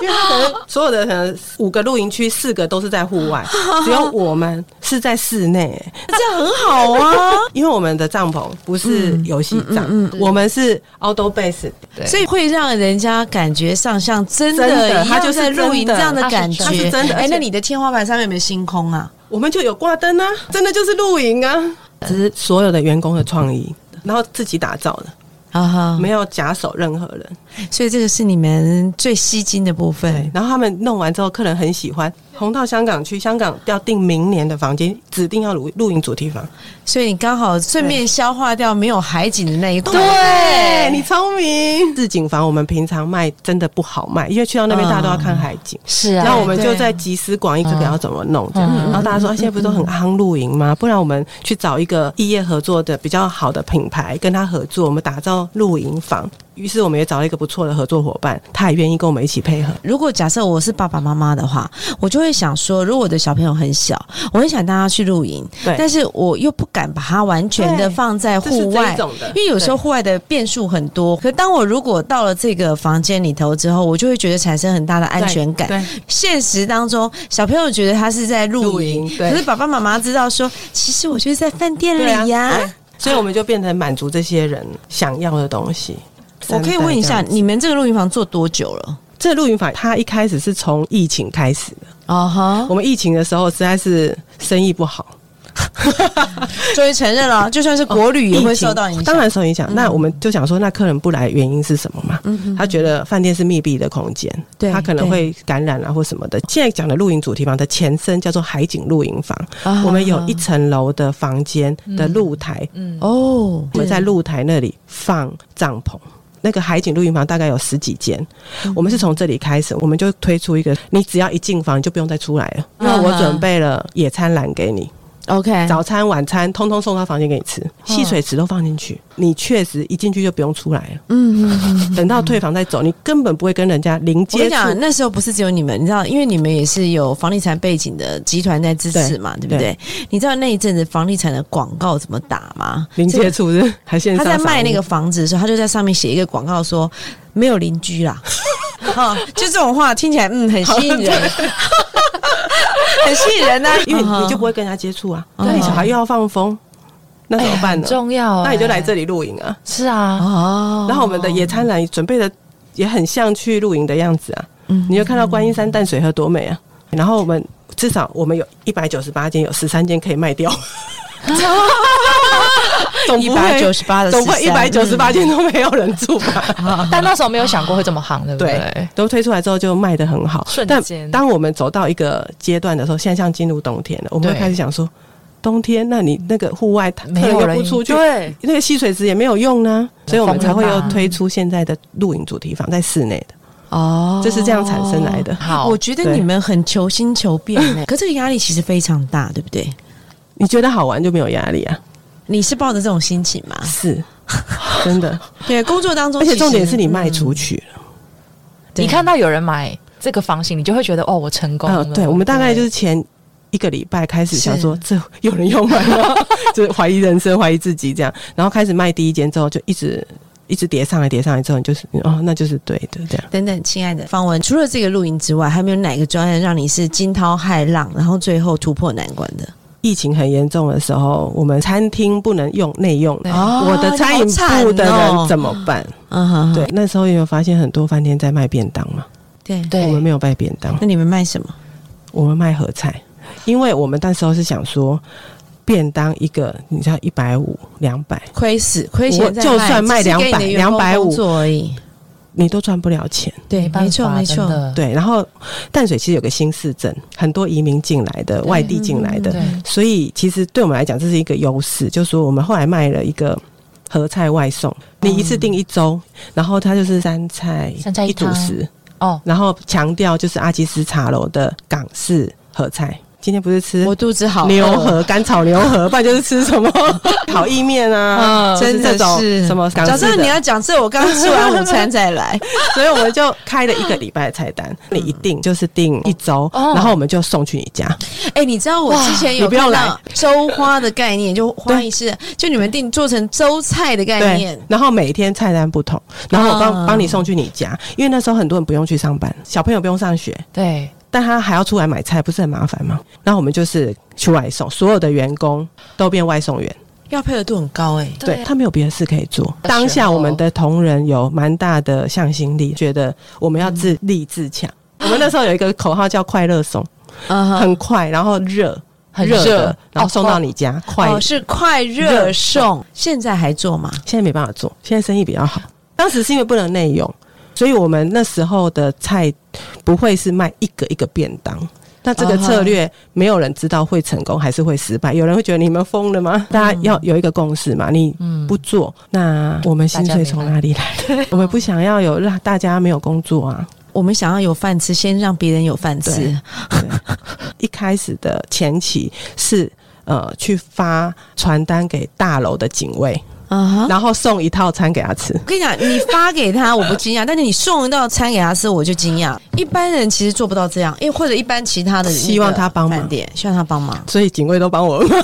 Speaker 1: 因为他可能所有的可能五个露营区，四个都是在户 外，只有我们是在室内、欸，
Speaker 2: 这样很好啊。
Speaker 1: 因为我们的帐篷不是游戏帐，我们是 outdoor base，
Speaker 3: 对
Speaker 2: 所以会让人家感觉上像真
Speaker 1: 真的
Speaker 2: 的，
Speaker 1: 它就
Speaker 2: 一
Speaker 1: 是
Speaker 2: 样在
Speaker 1: 真的
Speaker 2: 露营这样的感觉，
Speaker 1: 它是真的而
Speaker 2: 哎，
Speaker 1: 且
Speaker 2: 那你的天花板上面有没有星空啊？
Speaker 1: 我们就有挂灯啊，真的就是露营啊，只是所有的员工的创意，然后自己打造的，
Speaker 2: 啊哈，
Speaker 1: 没有假手任何人。
Speaker 2: 所以这个是你们最吸睛的部分。
Speaker 1: 然后他们弄完之后，客人很喜欢，红到香港去，香港要订明年的房间，指定要露露营主题房。
Speaker 2: 所以你刚好顺便消化掉没有海景的那一块。
Speaker 1: 哎、你聪明！置景房我们平常卖真的不好卖，因为去到那
Speaker 2: 嗯
Speaker 1: 边大家都要看海景。
Speaker 3: 是啊，
Speaker 1: 然后我们就
Speaker 2: 对
Speaker 1: 在集思广益，这个要怎么弄？这样，
Speaker 3: 嗯
Speaker 1: 然后大家说，啊现在不是都很夯露营
Speaker 2: 嗯
Speaker 1: 吗？不然我们去找一个异业合作的比较好的品牌，跟他合作，我们打造露营房。于是我们也找了一个不错的合作伙伴，他也愿意跟我们一起配合。
Speaker 2: 如果假设我是爸爸妈妈的话，我就会想说，如果我的小朋友很小，我很想带他去露营，
Speaker 1: 对
Speaker 2: 但是我又不敢把他完全的
Speaker 1: 对
Speaker 2: 放在
Speaker 1: 这
Speaker 2: 户
Speaker 1: 是这一
Speaker 2: 外
Speaker 1: 种的，
Speaker 2: 因为有时候户外的变数很多。可当我如果到了这个房间里头之后，我就会觉得产生很大的安全感。
Speaker 1: 对，
Speaker 2: 现实当中，小朋友觉得他是在露营
Speaker 1: 露，营对
Speaker 2: 可是爸爸妈妈知道说，其实我就是在饭店
Speaker 1: 对啊
Speaker 2: 里呀、
Speaker 1: 对所以我们就变成满足这些人想要的东西。
Speaker 2: 我可以问一下，
Speaker 1: 三代这样子
Speaker 2: 你们这个露营房做多久了？
Speaker 1: 这露营法它一开始是从疫情开始的。
Speaker 2: 啊哈
Speaker 1: 我们疫情的时候实在是生意不好，
Speaker 2: 终于承认了，就算是国旅 也会受到影
Speaker 1: 疫
Speaker 2: 响。嗯
Speaker 1: 情当然受影响。那我们就想说，那客人不来原因是什么嘛？他觉得饭店是密闭的空间，
Speaker 2: 嗯对
Speaker 1: 他可能会感染啊或什么的。现在讲的露营主题房的前身叫做海景露营房，
Speaker 2: 啊嗯
Speaker 1: 我们有一层楼的房间的露台，
Speaker 2: 哦，
Speaker 1: 我们在露台那里放帐篷。那个海景露营房大概有十几间，
Speaker 2: 嗯
Speaker 1: 我们是从这里开始，我们就推出一个，你只要一进房你就不用再出来了，
Speaker 2: 嗯
Speaker 1: 因为我准备了野餐篮给你，
Speaker 2: OK，
Speaker 1: 早餐、晚餐通通送到房间给你吃，
Speaker 2: 嗯
Speaker 1: 戏水池都放进去，你确实一进去就不用出来了。
Speaker 2: 嗯嗯嗯。
Speaker 1: 等到退房再走，你根本不会跟人家零
Speaker 2: 我跟你
Speaker 1: 接触。
Speaker 2: 讲，那时候不是只有你们，你知道，因为你们也是有房地产背景的集团在支持嘛，对不对？你知道那一阵子房地产的广告怎么打吗？
Speaker 1: 零接触是还线
Speaker 2: 他
Speaker 1: 上
Speaker 2: 在
Speaker 1: 商务
Speaker 2: 卖那个房子的时候，他就在上面写一个广告说没有邻居 啦。哦，就这种话听起来嗯很吸引人， 很吸引人呐、
Speaker 1: 因为
Speaker 2: 嗯
Speaker 1: 你
Speaker 2: 哼
Speaker 1: 就不会跟人家接触啊，
Speaker 2: 嗯
Speaker 1: 那你小孩又要放风，那怎么办
Speaker 3: 哎很
Speaker 1: 呢？
Speaker 3: 重要、
Speaker 1: 那你就来
Speaker 3: 哎
Speaker 1: 这里露营啊。
Speaker 3: 是啊，
Speaker 2: 哦
Speaker 1: 然后我们的野餐篮准备的也很像去露营的样子啊。
Speaker 3: 嗯
Speaker 1: 你就看到观音山淡水河多美啊。然后我们至少我们有一百九十八间，有十三间可以卖掉。总不会
Speaker 2: 198的
Speaker 3: 呃
Speaker 2: 嗯
Speaker 1: 总不会一百
Speaker 2: 13
Speaker 1: 九十八间都没有人住吧？
Speaker 3: 但那时候没有想过会这么行，对不对？
Speaker 1: 啊对， 都推出来之后就卖的很好。
Speaker 3: 瞬
Speaker 1: 但
Speaker 3: 间
Speaker 1: 当我们走到一个阶段的时候，现在像进入冬天了，我们会
Speaker 3: 对
Speaker 1: 开始想说，冬天那你那个户外
Speaker 3: 没有
Speaker 1: 又
Speaker 3: 人
Speaker 1: 不出去，
Speaker 3: 对，
Speaker 1: 那个吸水池也没有用呢、所以我们才会
Speaker 3: 风
Speaker 1: 又
Speaker 3: 很大
Speaker 1: 推出现在的露营主题房，在室内的，
Speaker 2: 哦
Speaker 1: 这是这样产生来的。
Speaker 3: 好，
Speaker 2: 我觉得
Speaker 1: 对
Speaker 2: 你们很求新求变 呢、可这个压力其实非常大，对不对？
Speaker 1: 你觉得好玩就没有压力啊？
Speaker 2: 你是抱着这种心情 吗？
Speaker 1: 是， 真的。
Speaker 2: 对，工作当中啊
Speaker 1: 而
Speaker 2: 其实，嗯
Speaker 1: 且重点是你卖出去了。
Speaker 2: 对
Speaker 3: 你看到有人买这个房型，你就会觉得哦，我成功了。
Speaker 1: 嗯，对，我们大概就是前一个礼拜开始想说，这有人要买吗？ 就是怀疑人生，怀疑自己这样，然后开始卖第一间之后，就一直一直叠上来，叠上来之后，你就是哦，那就是对的这样。
Speaker 2: 等等，亲爱的方文，除了这个露营之外，还有没有哪个专案让你是惊涛骇浪，然后最后突破难关的？
Speaker 1: 疫情很严重的时候，我们餐厅不能用内用，
Speaker 2: 哦
Speaker 1: 我的餐饮部的人怎么办？
Speaker 2: 嗯哼，
Speaker 1: 对，那时候也有发现很多饭店在卖便当嘛，
Speaker 2: 对对。
Speaker 3: 对，
Speaker 1: 我们没有卖便当，
Speaker 2: 那你们卖什么？
Speaker 1: 我们卖盒菜，因为我们那时候是想说，便当一个你知道一百五两百，
Speaker 2: 亏死，亏
Speaker 1: 我
Speaker 2: 钱在
Speaker 1: 就算卖
Speaker 2: 只是给
Speaker 1: 200
Speaker 2: 你的员工
Speaker 1: 250
Speaker 2: 工作而已。
Speaker 1: 你都赚不了钱。
Speaker 2: 对，
Speaker 3: 办法
Speaker 2: 没错，没错
Speaker 3: 真。的
Speaker 1: 对，然后淡水其实有个新市镇，很多移民进来的，外地进来的，
Speaker 3: 对
Speaker 1: 所以其实对我们来讲这是一个优势，就是说我们后来卖了一个。合菜外送，你一次订一周，然后它就是三菜
Speaker 3: 嗯三菜一
Speaker 1: 一主
Speaker 3: 汤
Speaker 1: 食，
Speaker 3: 哦，
Speaker 1: 然后强调就是阿基斯茶楼的港式合菜。今天不是吃
Speaker 2: 我肚子好饿
Speaker 1: 牛
Speaker 3: 哦
Speaker 1: 河干炒牛河，不然就是吃什么 烤意面啊，
Speaker 2: 嗯
Speaker 1: 就是
Speaker 2: 真
Speaker 1: 这
Speaker 2: 的
Speaker 1: 种
Speaker 2: 是
Speaker 1: 什么港
Speaker 2: 早
Speaker 1: 式
Speaker 2: 上
Speaker 1: 的
Speaker 2: 你要讲这，我刚吃完午餐再来。
Speaker 1: 所以我们就开了一个礼拜的菜单，你一定就是订一周，
Speaker 3: 哦
Speaker 1: 然后我们就送去你家。
Speaker 2: 哎、你知道我之前有
Speaker 1: 你不用
Speaker 2: 看
Speaker 1: 来
Speaker 2: 到周花的概念，就花艺师，就你们定做成周菜的概
Speaker 1: 对
Speaker 2: 念，，
Speaker 1: 然后每天菜单不同，然后我帮
Speaker 2: 嗯
Speaker 1: 帮你送去你家，因为那时候很多人不用去上班，小朋友不用上学，
Speaker 3: 对，
Speaker 1: 但他还要出来买菜，不是很麻烦吗？然后我们就是去外送，所有的员工都变外送员。
Speaker 2: 要配合度很高哎、
Speaker 3: 对
Speaker 1: 对他没有别的事可以做。
Speaker 3: 那时候
Speaker 1: 当下我们的同仁有蛮大的向心力，觉得我们要自立自 强。我们那时候有一个口号叫“快乐送”，
Speaker 2: 嗯哼
Speaker 1: 很快，然后热，
Speaker 3: 很
Speaker 1: 热的
Speaker 3: 热
Speaker 1: 然后送到
Speaker 3: 哦
Speaker 1: 你家，快。
Speaker 2: 哦，是快热送，现在还做吗？
Speaker 1: 现在没办法做，现在生意比较好。当时是因为不能内用，所以我们那时候的菜不会是卖一个一个便当。那这个策
Speaker 2: 哦
Speaker 1: 略没有人知道会成功还是会失败，有人会觉得你们疯了
Speaker 2: 嗯
Speaker 1: 吗？大家要有一个共识嘛，你
Speaker 3: 嗯
Speaker 1: 不做，那我们薪水从哪 里来？我们不想要有让大家没有工作啊。
Speaker 2: 我们想要有饭吃，先让别人有饭吃
Speaker 1: 对。一开始的前期是呃去发传单给大楼的警卫，
Speaker 2: 嗯哼，
Speaker 1: 然后送一套餐给他吃。
Speaker 2: 我跟你讲，你发给他 我不惊讶，但是你送一道餐给他吃，我就惊讶。一般人其实做不到这样，因为或者一般其他的那个
Speaker 1: 希望他帮忙
Speaker 2: 饭店，希望他帮忙，
Speaker 1: 所以警卫都帮我们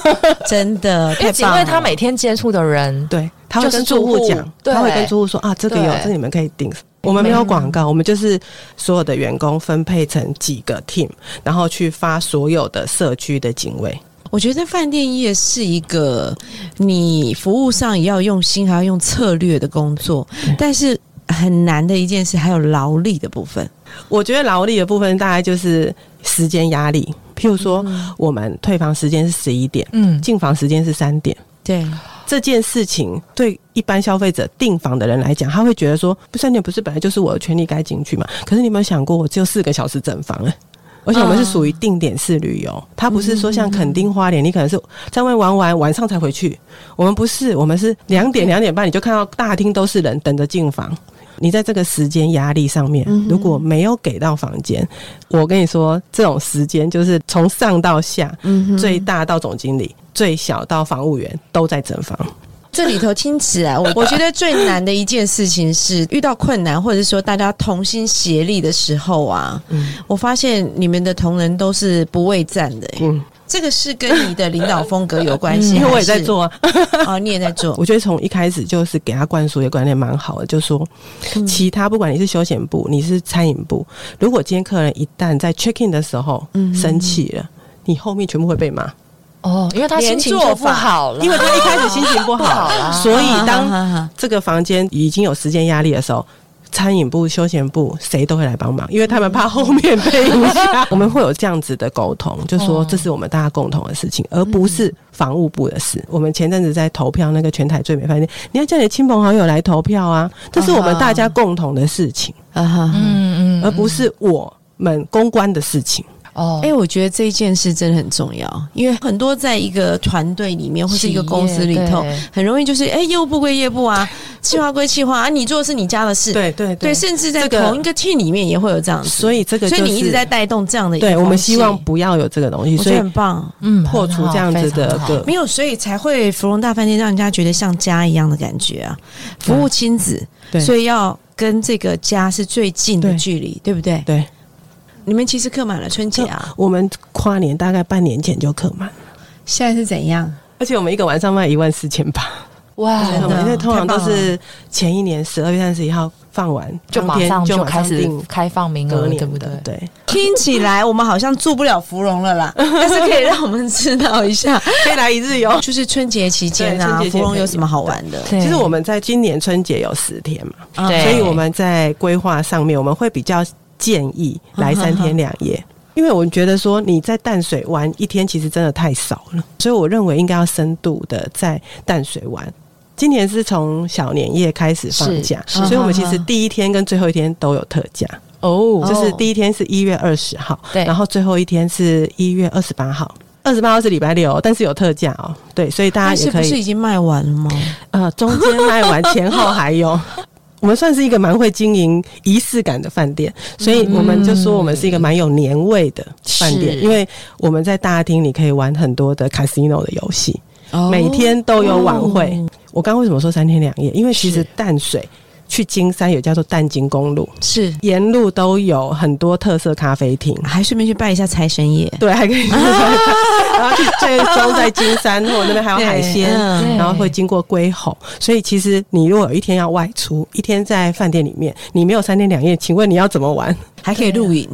Speaker 2: 真的
Speaker 3: 因为
Speaker 2: 太棒
Speaker 3: 警
Speaker 2: 了。
Speaker 3: 卫他每天接触的人，
Speaker 1: 啊 对，他会
Speaker 3: 就是
Speaker 1: 跟住
Speaker 3: 住
Speaker 1: 户
Speaker 3: 户
Speaker 1: 讲，
Speaker 3: 对
Speaker 1: 他会跟住户说啊，这个有
Speaker 3: 对，
Speaker 1: 这你们可以订。我们没有广告，我们就是所有的员工分配成几个 team，然后去发所有的社区的警卫。
Speaker 2: 我觉得饭店业是一个你服务上也要用心，还要用策略的工作，但是很难的一件事，还有劳力的部分。
Speaker 1: 我觉得劳力的部分大概就是时间压力，譬如说我们退房时间是十一点，
Speaker 3: 嗯，
Speaker 1: 进房时间是三点。
Speaker 2: 对，
Speaker 1: 这件事情对一般消费者订房的人来讲，他会觉得说，不三点不是本来就是我的权利该进去嘛？可是你有没有想过，我只有四个小时整房哎、而且我们是属于定点式旅游，它不是说像垦丁花莲，你可能是在外面玩完晚上才回去。我们不是，我们是两点两点半你就看到大厅都是人等着进房。你在这个时间压力上面，如果没有给到房间，我跟你说，这种时间就是从上到下，
Speaker 2: 嗯
Speaker 1: 最大到总经理，最小到房务员都在整房。
Speaker 2: 这里头听起来，我我觉得最难的一件事情是遇到困难，或者是说大家同心协力的时候啊，
Speaker 1: 嗯
Speaker 2: 我发现你们的同仁都是不畏战的、欸
Speaker 1: 嗯
Speaker 2: 这个是跟你的领导风格有关系，
Speaker 1: 因为我也
Speaker 2: 嗯
Speaker 1: 在
Speaker 2: 还是
Speaker 1: 做啊，
Speaker 2: 哦，你也在做，
Speaker 1: 我觉得从一开始就是给他灌输一个观念蛮好的，就说
Speaker 2: 嗯
Speaker 1: 其他不管你是休闲部，你是餐饮部，
Speaker 2: 嗯
Speaker 1: 如果今天客人一旦在 check in 的时候生气了，你后面全部会被骂。
Speaker 3: 哦，因为他心
Speaker 2: 连
Speaker 3: 情
Speaker 2: 做
Speaker 3: 就不
Speaker 2: 法
Speaker 3: 好了，
Speaker 1: 因为他一开始心情不好，所以
Speaker 2: 啊哈哈哈
Speaker 1: 当这个房间已经有时间压力的时候。餐饮部、休闲部，谁都会来帮忙，因为他们怕后面被影响。 我们会有这样子的沟通，就说
Speaker 2: 嗯
Speaker 1: 这是我们大家共同的事情，而不是房务部的事。我们前阵子在投票那个全台最美饭店，你要叫你亲朋好友来投票啊，
Speaker 2: 嗯
Speaker 1: 这是我们大家共同的事情，
Speaker 2: 啊哈，
Speaker 3: 嗯嗯，
Speaker 1: 而不是我们公关的事情。
Speaker 3: 哦，
Speaker 2: 哎、我觉得这一件事真的很重要，因为很多在一个团队里面或是一个公司里头
Speaker 3: 企业对，
Speaker 2: 很容易就是哎、业务部归业务啊，企划归企划啊，你做的是你家的事，
Speaker 1: 对对
Speaker 2: 对，甚至在
Speaker 1: 这个
Speaker 2: 同一个 team 里面也会有这样子，
Speaker 1: 所以这个
Speaker 2: 所以
Speaker 1: 就
Speaker 2: 你一直
Speaker 1: 是
Speaker 2: 在带动这样的一个
Speaker 1: 对我们
Speaker 2: 风气
Speaker 1: 希望不要有这个东西，
Speaker 2: 我
Speaker 1: 所
Speaker 2: 觉
Speaker 1: 以
Speaker 2: 得很棒。
Speaker 3: 嗯
Speaker 1: 破除这样子的个
Speaker 2: 没有，所以才会芙蓉大饭店让人家觉得像家一样的感觉啊！服务亲子，
Speaker 1: 对
Speaker 2: 所以要跟这个家是最近的
Speaker 1: 对
Speaker 2: 距离，对不对？
Speaker 1: 对。
Speaker 2: 你们其实客满了春节啊，
Speaker 1: 我们跨年大概半年前就客满，
Speaker 2: 现在是怎样？
Speaker 1: 而且我们一个晚上卖一万四千八，
Speaker 3: 哇
Speaker 2: 真
Speaker 1: 我
Speaker 2: 的
Speaker 1: 们因为通常都
Speaker 2: 太棒
Speaker 1: 是前一年十二月三十一号放完，
Speaker 3: 就
Speaker 1: 当
Speaker 3: 马
Speaker 1: 天
Speaker 3: 上
Speaker 1: 就
Speaker 3: 就
Speaker 1: 马上
Speaker 3: 开始
Speaker 1: 订
Speaker 3: 开放名
Speaker 1: 隔
Speaker 3: 额，
Speaker 1: 年
Speaker 3: 对不对
Speaker 1: 的？，对，
Speaker 2: 听起来我们好像住不了芙蓉了啦， 但是可以让我们知道一下，
Speaker 1: 可以来一日游。
Speaker 2: 就是春节期间啊，
Speaker 1: 对春节期间
Speaker 2: 芙蓉有什么好玩的？
Speaker 3: 对
Speaker 1: 其实我们在今年春节有十天嘛，
Speaker 2: 啊
Speaker 3: 对
Speaker 1: 所以我们在规划上面，我们会比较建议
Speaker 2: 嗯
Speaker 1: 来三天两夜。因为我觉得说你在淡水玩一天其实真的太少了，所以我认为应该要深度的在淡水玩。今年是从小年夜开始放
Speaker 3: 是
Speaker 1: 假，
Speaker 2: 是
Speaker 1: 所以我们
Speaker 2: 嗯哼
Speaker 1: 其实
Speaker 2: 哼
Speaker 1: 第一天跟最后一天都有特价。
Speaker 3: 哦
Speaker 1: 就是第一天是一月二十号，
Speaker 3: 对
Speaker 1: 然后最后一天是一月二十八号。二十八号是礼拜六，但是有特价哦。对，所以
Speaker 2: 它
Speaker 1: 大家
Speaker 2: 是
Speaker 1: 也
Speaker 2: 不
Speaker 1: 可
Speaker 2: 是
Speaker 1: 以
Speaker 2: 已经卖完了吗？
Speaker 1: 呃，中间卖完前后还有。我们算是一个蛮会经营仪式感的饭店，所以我们就说我们是一个蛮有年味的饭店，
Speaker 3: 是
Speaker 1: 因为我们在大厅你可以玩很多的 casino 的游戏，每天都有晚会。
Speaker 2: 哦
Speaker 1: 我刚刚为什么说三天两夜？因为其实
Speaker 2: 是
Speaker 1: 淡水去金山有叫做淡金公路，
Speaker 2: 是，
Speaker 1: 沿路都有很多特色咖啡厅。
Speaker 2: 还顺便去拜一下财神爷。
Speaker 1: 对，还可以，
Speaker 2: 啊
Speaker 1: 然后去最终在金山或那边还有海鲜，
Speaker 2: 嗯
Speaker 1: 然后会经过龟吼，所以其实你如果有一天要外出，一天在饭店里面，你没有三天两夜，请问你要怎 么玩？
Speaker 2: 还可以露营，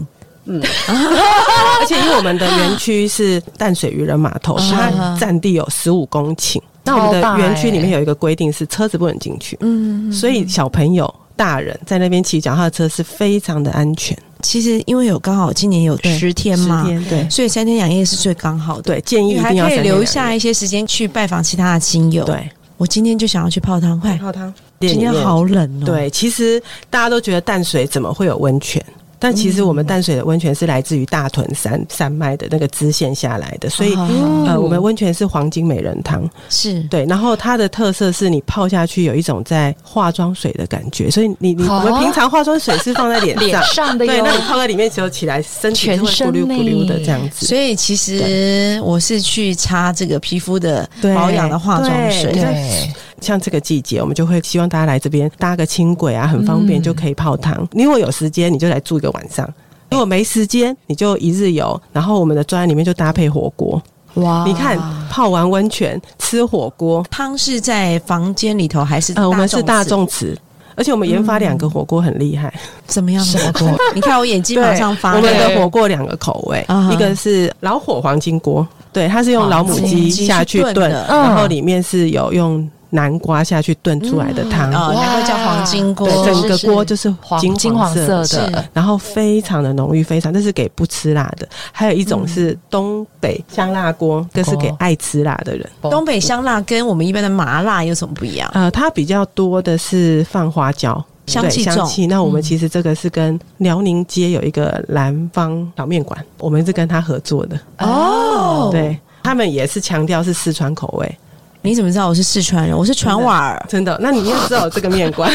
Speaker 1: 而且因为我们的园区是淡水渔人码头，
Speaker 2: 是
Speaker 1: 它占地有十五公顷，那我们
Speaker 3: 超大
Speaker 1: 的
Speaker 3: 欸
Speaker 1: 园区里面有一个规定是车子不能进去，
Speaker 2: 嗯，
Speaker 1: 所以小朋友、大人在那边骑脚踏车是非常的安全。
Speaker 2: 其实因为有刚好今年有
Speaker 1: 对
Speaker 2: 十天
Speaker 1: 十
Speaker 2: 嘛，
Speaker 1: 天对
Speaker 2: 所以三天两夜是最刚好的。
Speaker 1: 对，建议
Speaker 2: 嗯你
Speaker 1: 一
Speaker 2: 还
Speaker 1: 定要
Speaker 2: 可
Speaker 1: 三
Speaker 2: 以
Speaker 1: 天
Speaker 2: 留
Speaker 1: 两
Speaker 2: 下
Speaker 1: 夜
Speaker 2: 一些时间去拜访其他的亲友。，
Speaker 1: 对。
Speaker 2: 我今天就想要去泡汤，快！
Speaker 1: 泡汤，
Speaker 2: 今天好冷哦。，
Speaker 1: 对，其实大家都觉得淡水怎么会有温泉？但其实我们淡水的温泉是来自于大屯山山脉的那个支线下来的，所以、
Speaker 2: 哦
Speaker 1: 呃，我们温泉是黄金美人汤，
Speaker 2: 是
Speaker 1: 对，然后它的特色是你泡下去有一种在化妆水的感觉，所以你你、
Speaker 3: 好啊
Speaker 1: 我们平常化妆水是放在脸
Speaker 3: 脸
Speaker 1: 上，
Speaker 3: 上的
Speaker 1: 对，
Speaker 3: 哟
Speaker 1: 那你泡在里面之后起来，身体是会咕噜咕噜的这样子，
Speaker 2: 所以其实我是去擦这个皮肤的
Speaker 1: 对
Speaker 2: 保养的化妆
Speaker 1: 对
Speaker 2: 水。
Speaker 3: 对，
Speaker 1: 像这个季节，我们就会希望大家来这边搭个轻轨啊，很方便，就可以泡汤。
Speaker 2: 嗯
Speaker 1: 你如果有时间，你就来住一个晚上；如果没时间，你就一日游。然后我们的专案里面就搭配火锅，
Speaker 3: 哇
Speaker 2: 啊
Speaker 1: 你看泡完温泉吃火锅，
Speaker 2: 汤是在房间里头还是？
Speaker 1: 呃，我们是大，众池。而且我们研发两个火锅很厉害，
Speaker 2: 怎么样的火锅？ 你看我眼睛马嗯上发
Speaker 1: 我们
Speaker 2: 亮。
Speaker 1: 的火锅两个口味
Speaker 2: 啊，哈哦
Speaker 1: 一个是老火黄金锅，对，它是用老母
Speaker 2: 黄
Speaker 1: 鸡
Speaker 2: 金鸡
Speaker 1: 下
Speaker 2: 去
Speaker 1: 去
Speaker 2: 炖
Speaker 1: 炖，
Speaker 2: 的
Speaker 1: 然后里面是有用南瓜下去炖出来的汤，
Speaker 3: 哇
Speaker 2: 哦，难怪叫黄金锅。
Speaker 1: 对，整
Speaker 3: 是
Speaker 1: 个
Speaker 3: 是
Speaker 1: 锅就是
Speaker 3: 黄
Speaker 1: 金
Speaker 3: 金
Speaker 1: 黄
Speaker 3: 黄
Speaker 1: 色
Speaker 3: 色
Speaker 2: 是
Speaker 3: 的，
Speaker 1: 然后非常的浓郁，非常，这是给不吃辣的。还有一种是东北香辣锅，这是给爱吃辣的人。
Speaker 2: 东北香辣跟我们一般的麻辣有什么不一样？
Speaker 1: 呃，它比较多的是放花椒。
Speaker 2: 香
Speaker 1: 对
Speaker 2: 气
Speaker 1: 香
Speaker 2: 重
Speaker 1: 气。嗯那我们其实这个是跟辽宁街有一个南方小面馆，我们是跟他合作的。
Speaker 2: 哦，
Speaker 1: 对他们也是强调是四川口味，
Speaker 2: 你怎么知道我是四川人？我是传瓦尔。
Speaker 1: 真的。那你要知道有这个面 馆，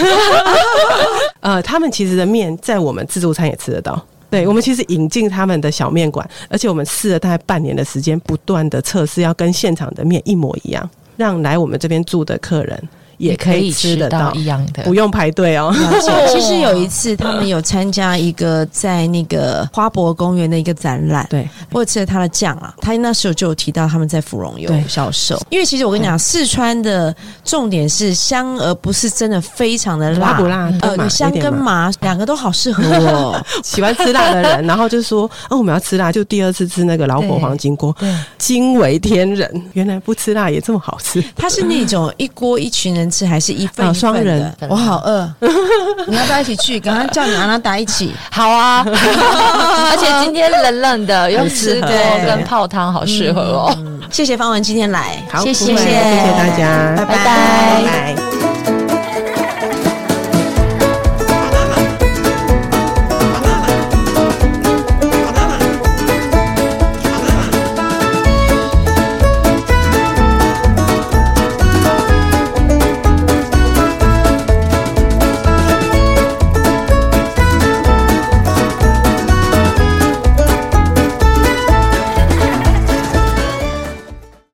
Speaker 1: 呃，他们其实的面在我们自助餐也吃得到。对，我们其实引进他们的小面馆，而且我们试了大概半年的时间，不断的测试，要跟现场的面一模一样，让来我们这边住的客人也
Speaker 3: 可以
Speaker 1: 吃得
Speaker 3: 到一样的啊
Speaker 1: 不。用排队哦。
Speaker 2: 其实有一次，他们有参加一个在那个花博公园的一个展览，
Speaker 1: 对，
Speaker 2: 我有吃了他的酱啊，他那时候就有提到他们在芙蓉有
Speaker 1: 对
Speaker 2: 销售，因为其实我跟你讲，四川的重点是香，而不是真的非常的辣，
Speaker 1: 辣不辣？干嘛
Speaker 2: 呃，香
Speaker 1: 有点
Speaker 2: 跟
Speaker 1: 麻
Speaker 2: 麻两个都好适合我，
Speaker 1: 喜欢吃辣的人，然后就说：“哦，我们要吃辣。”就第二次吃那个老火黄金锅，惊为天人，原来不吃辣也这么好吃。
Speaker 2: 它是那种一锅一群人吃，还是一份
Speaker 1: 啊
Speaker 2: 一份
Speaker 1: 双人
Speaker 2: 的？我好饿，你要不要一起去？刚刚叫你阿拉达一起。
Speaker 4: 好 啊，而且今天冷冷的，又吃
Speaker 1: 适合
Speaker 4: 锅
Speaker 2: 对
Speaker 4: 跟泡汤，好适合哦。
Speaker 2: 谢谢方文今天来，
Speaker 1: 好，
Speaker 4: 谢
Speaker 1: 不
Speaker 4: 谢
Speaker 1: 会谢谢大家，
Speaker 2: 拜
Speaker 4: 拜拜